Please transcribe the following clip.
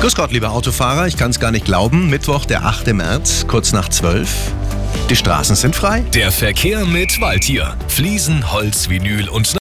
Grüß Gott, liebe Autofahrer, ich kann es gar nicht glauben. Mittwoch, der 8. März, kurz nach 12. Die Straßen sind frei. Der Verkehr mit Waldtier. Fliesen, Holz, Vinyl und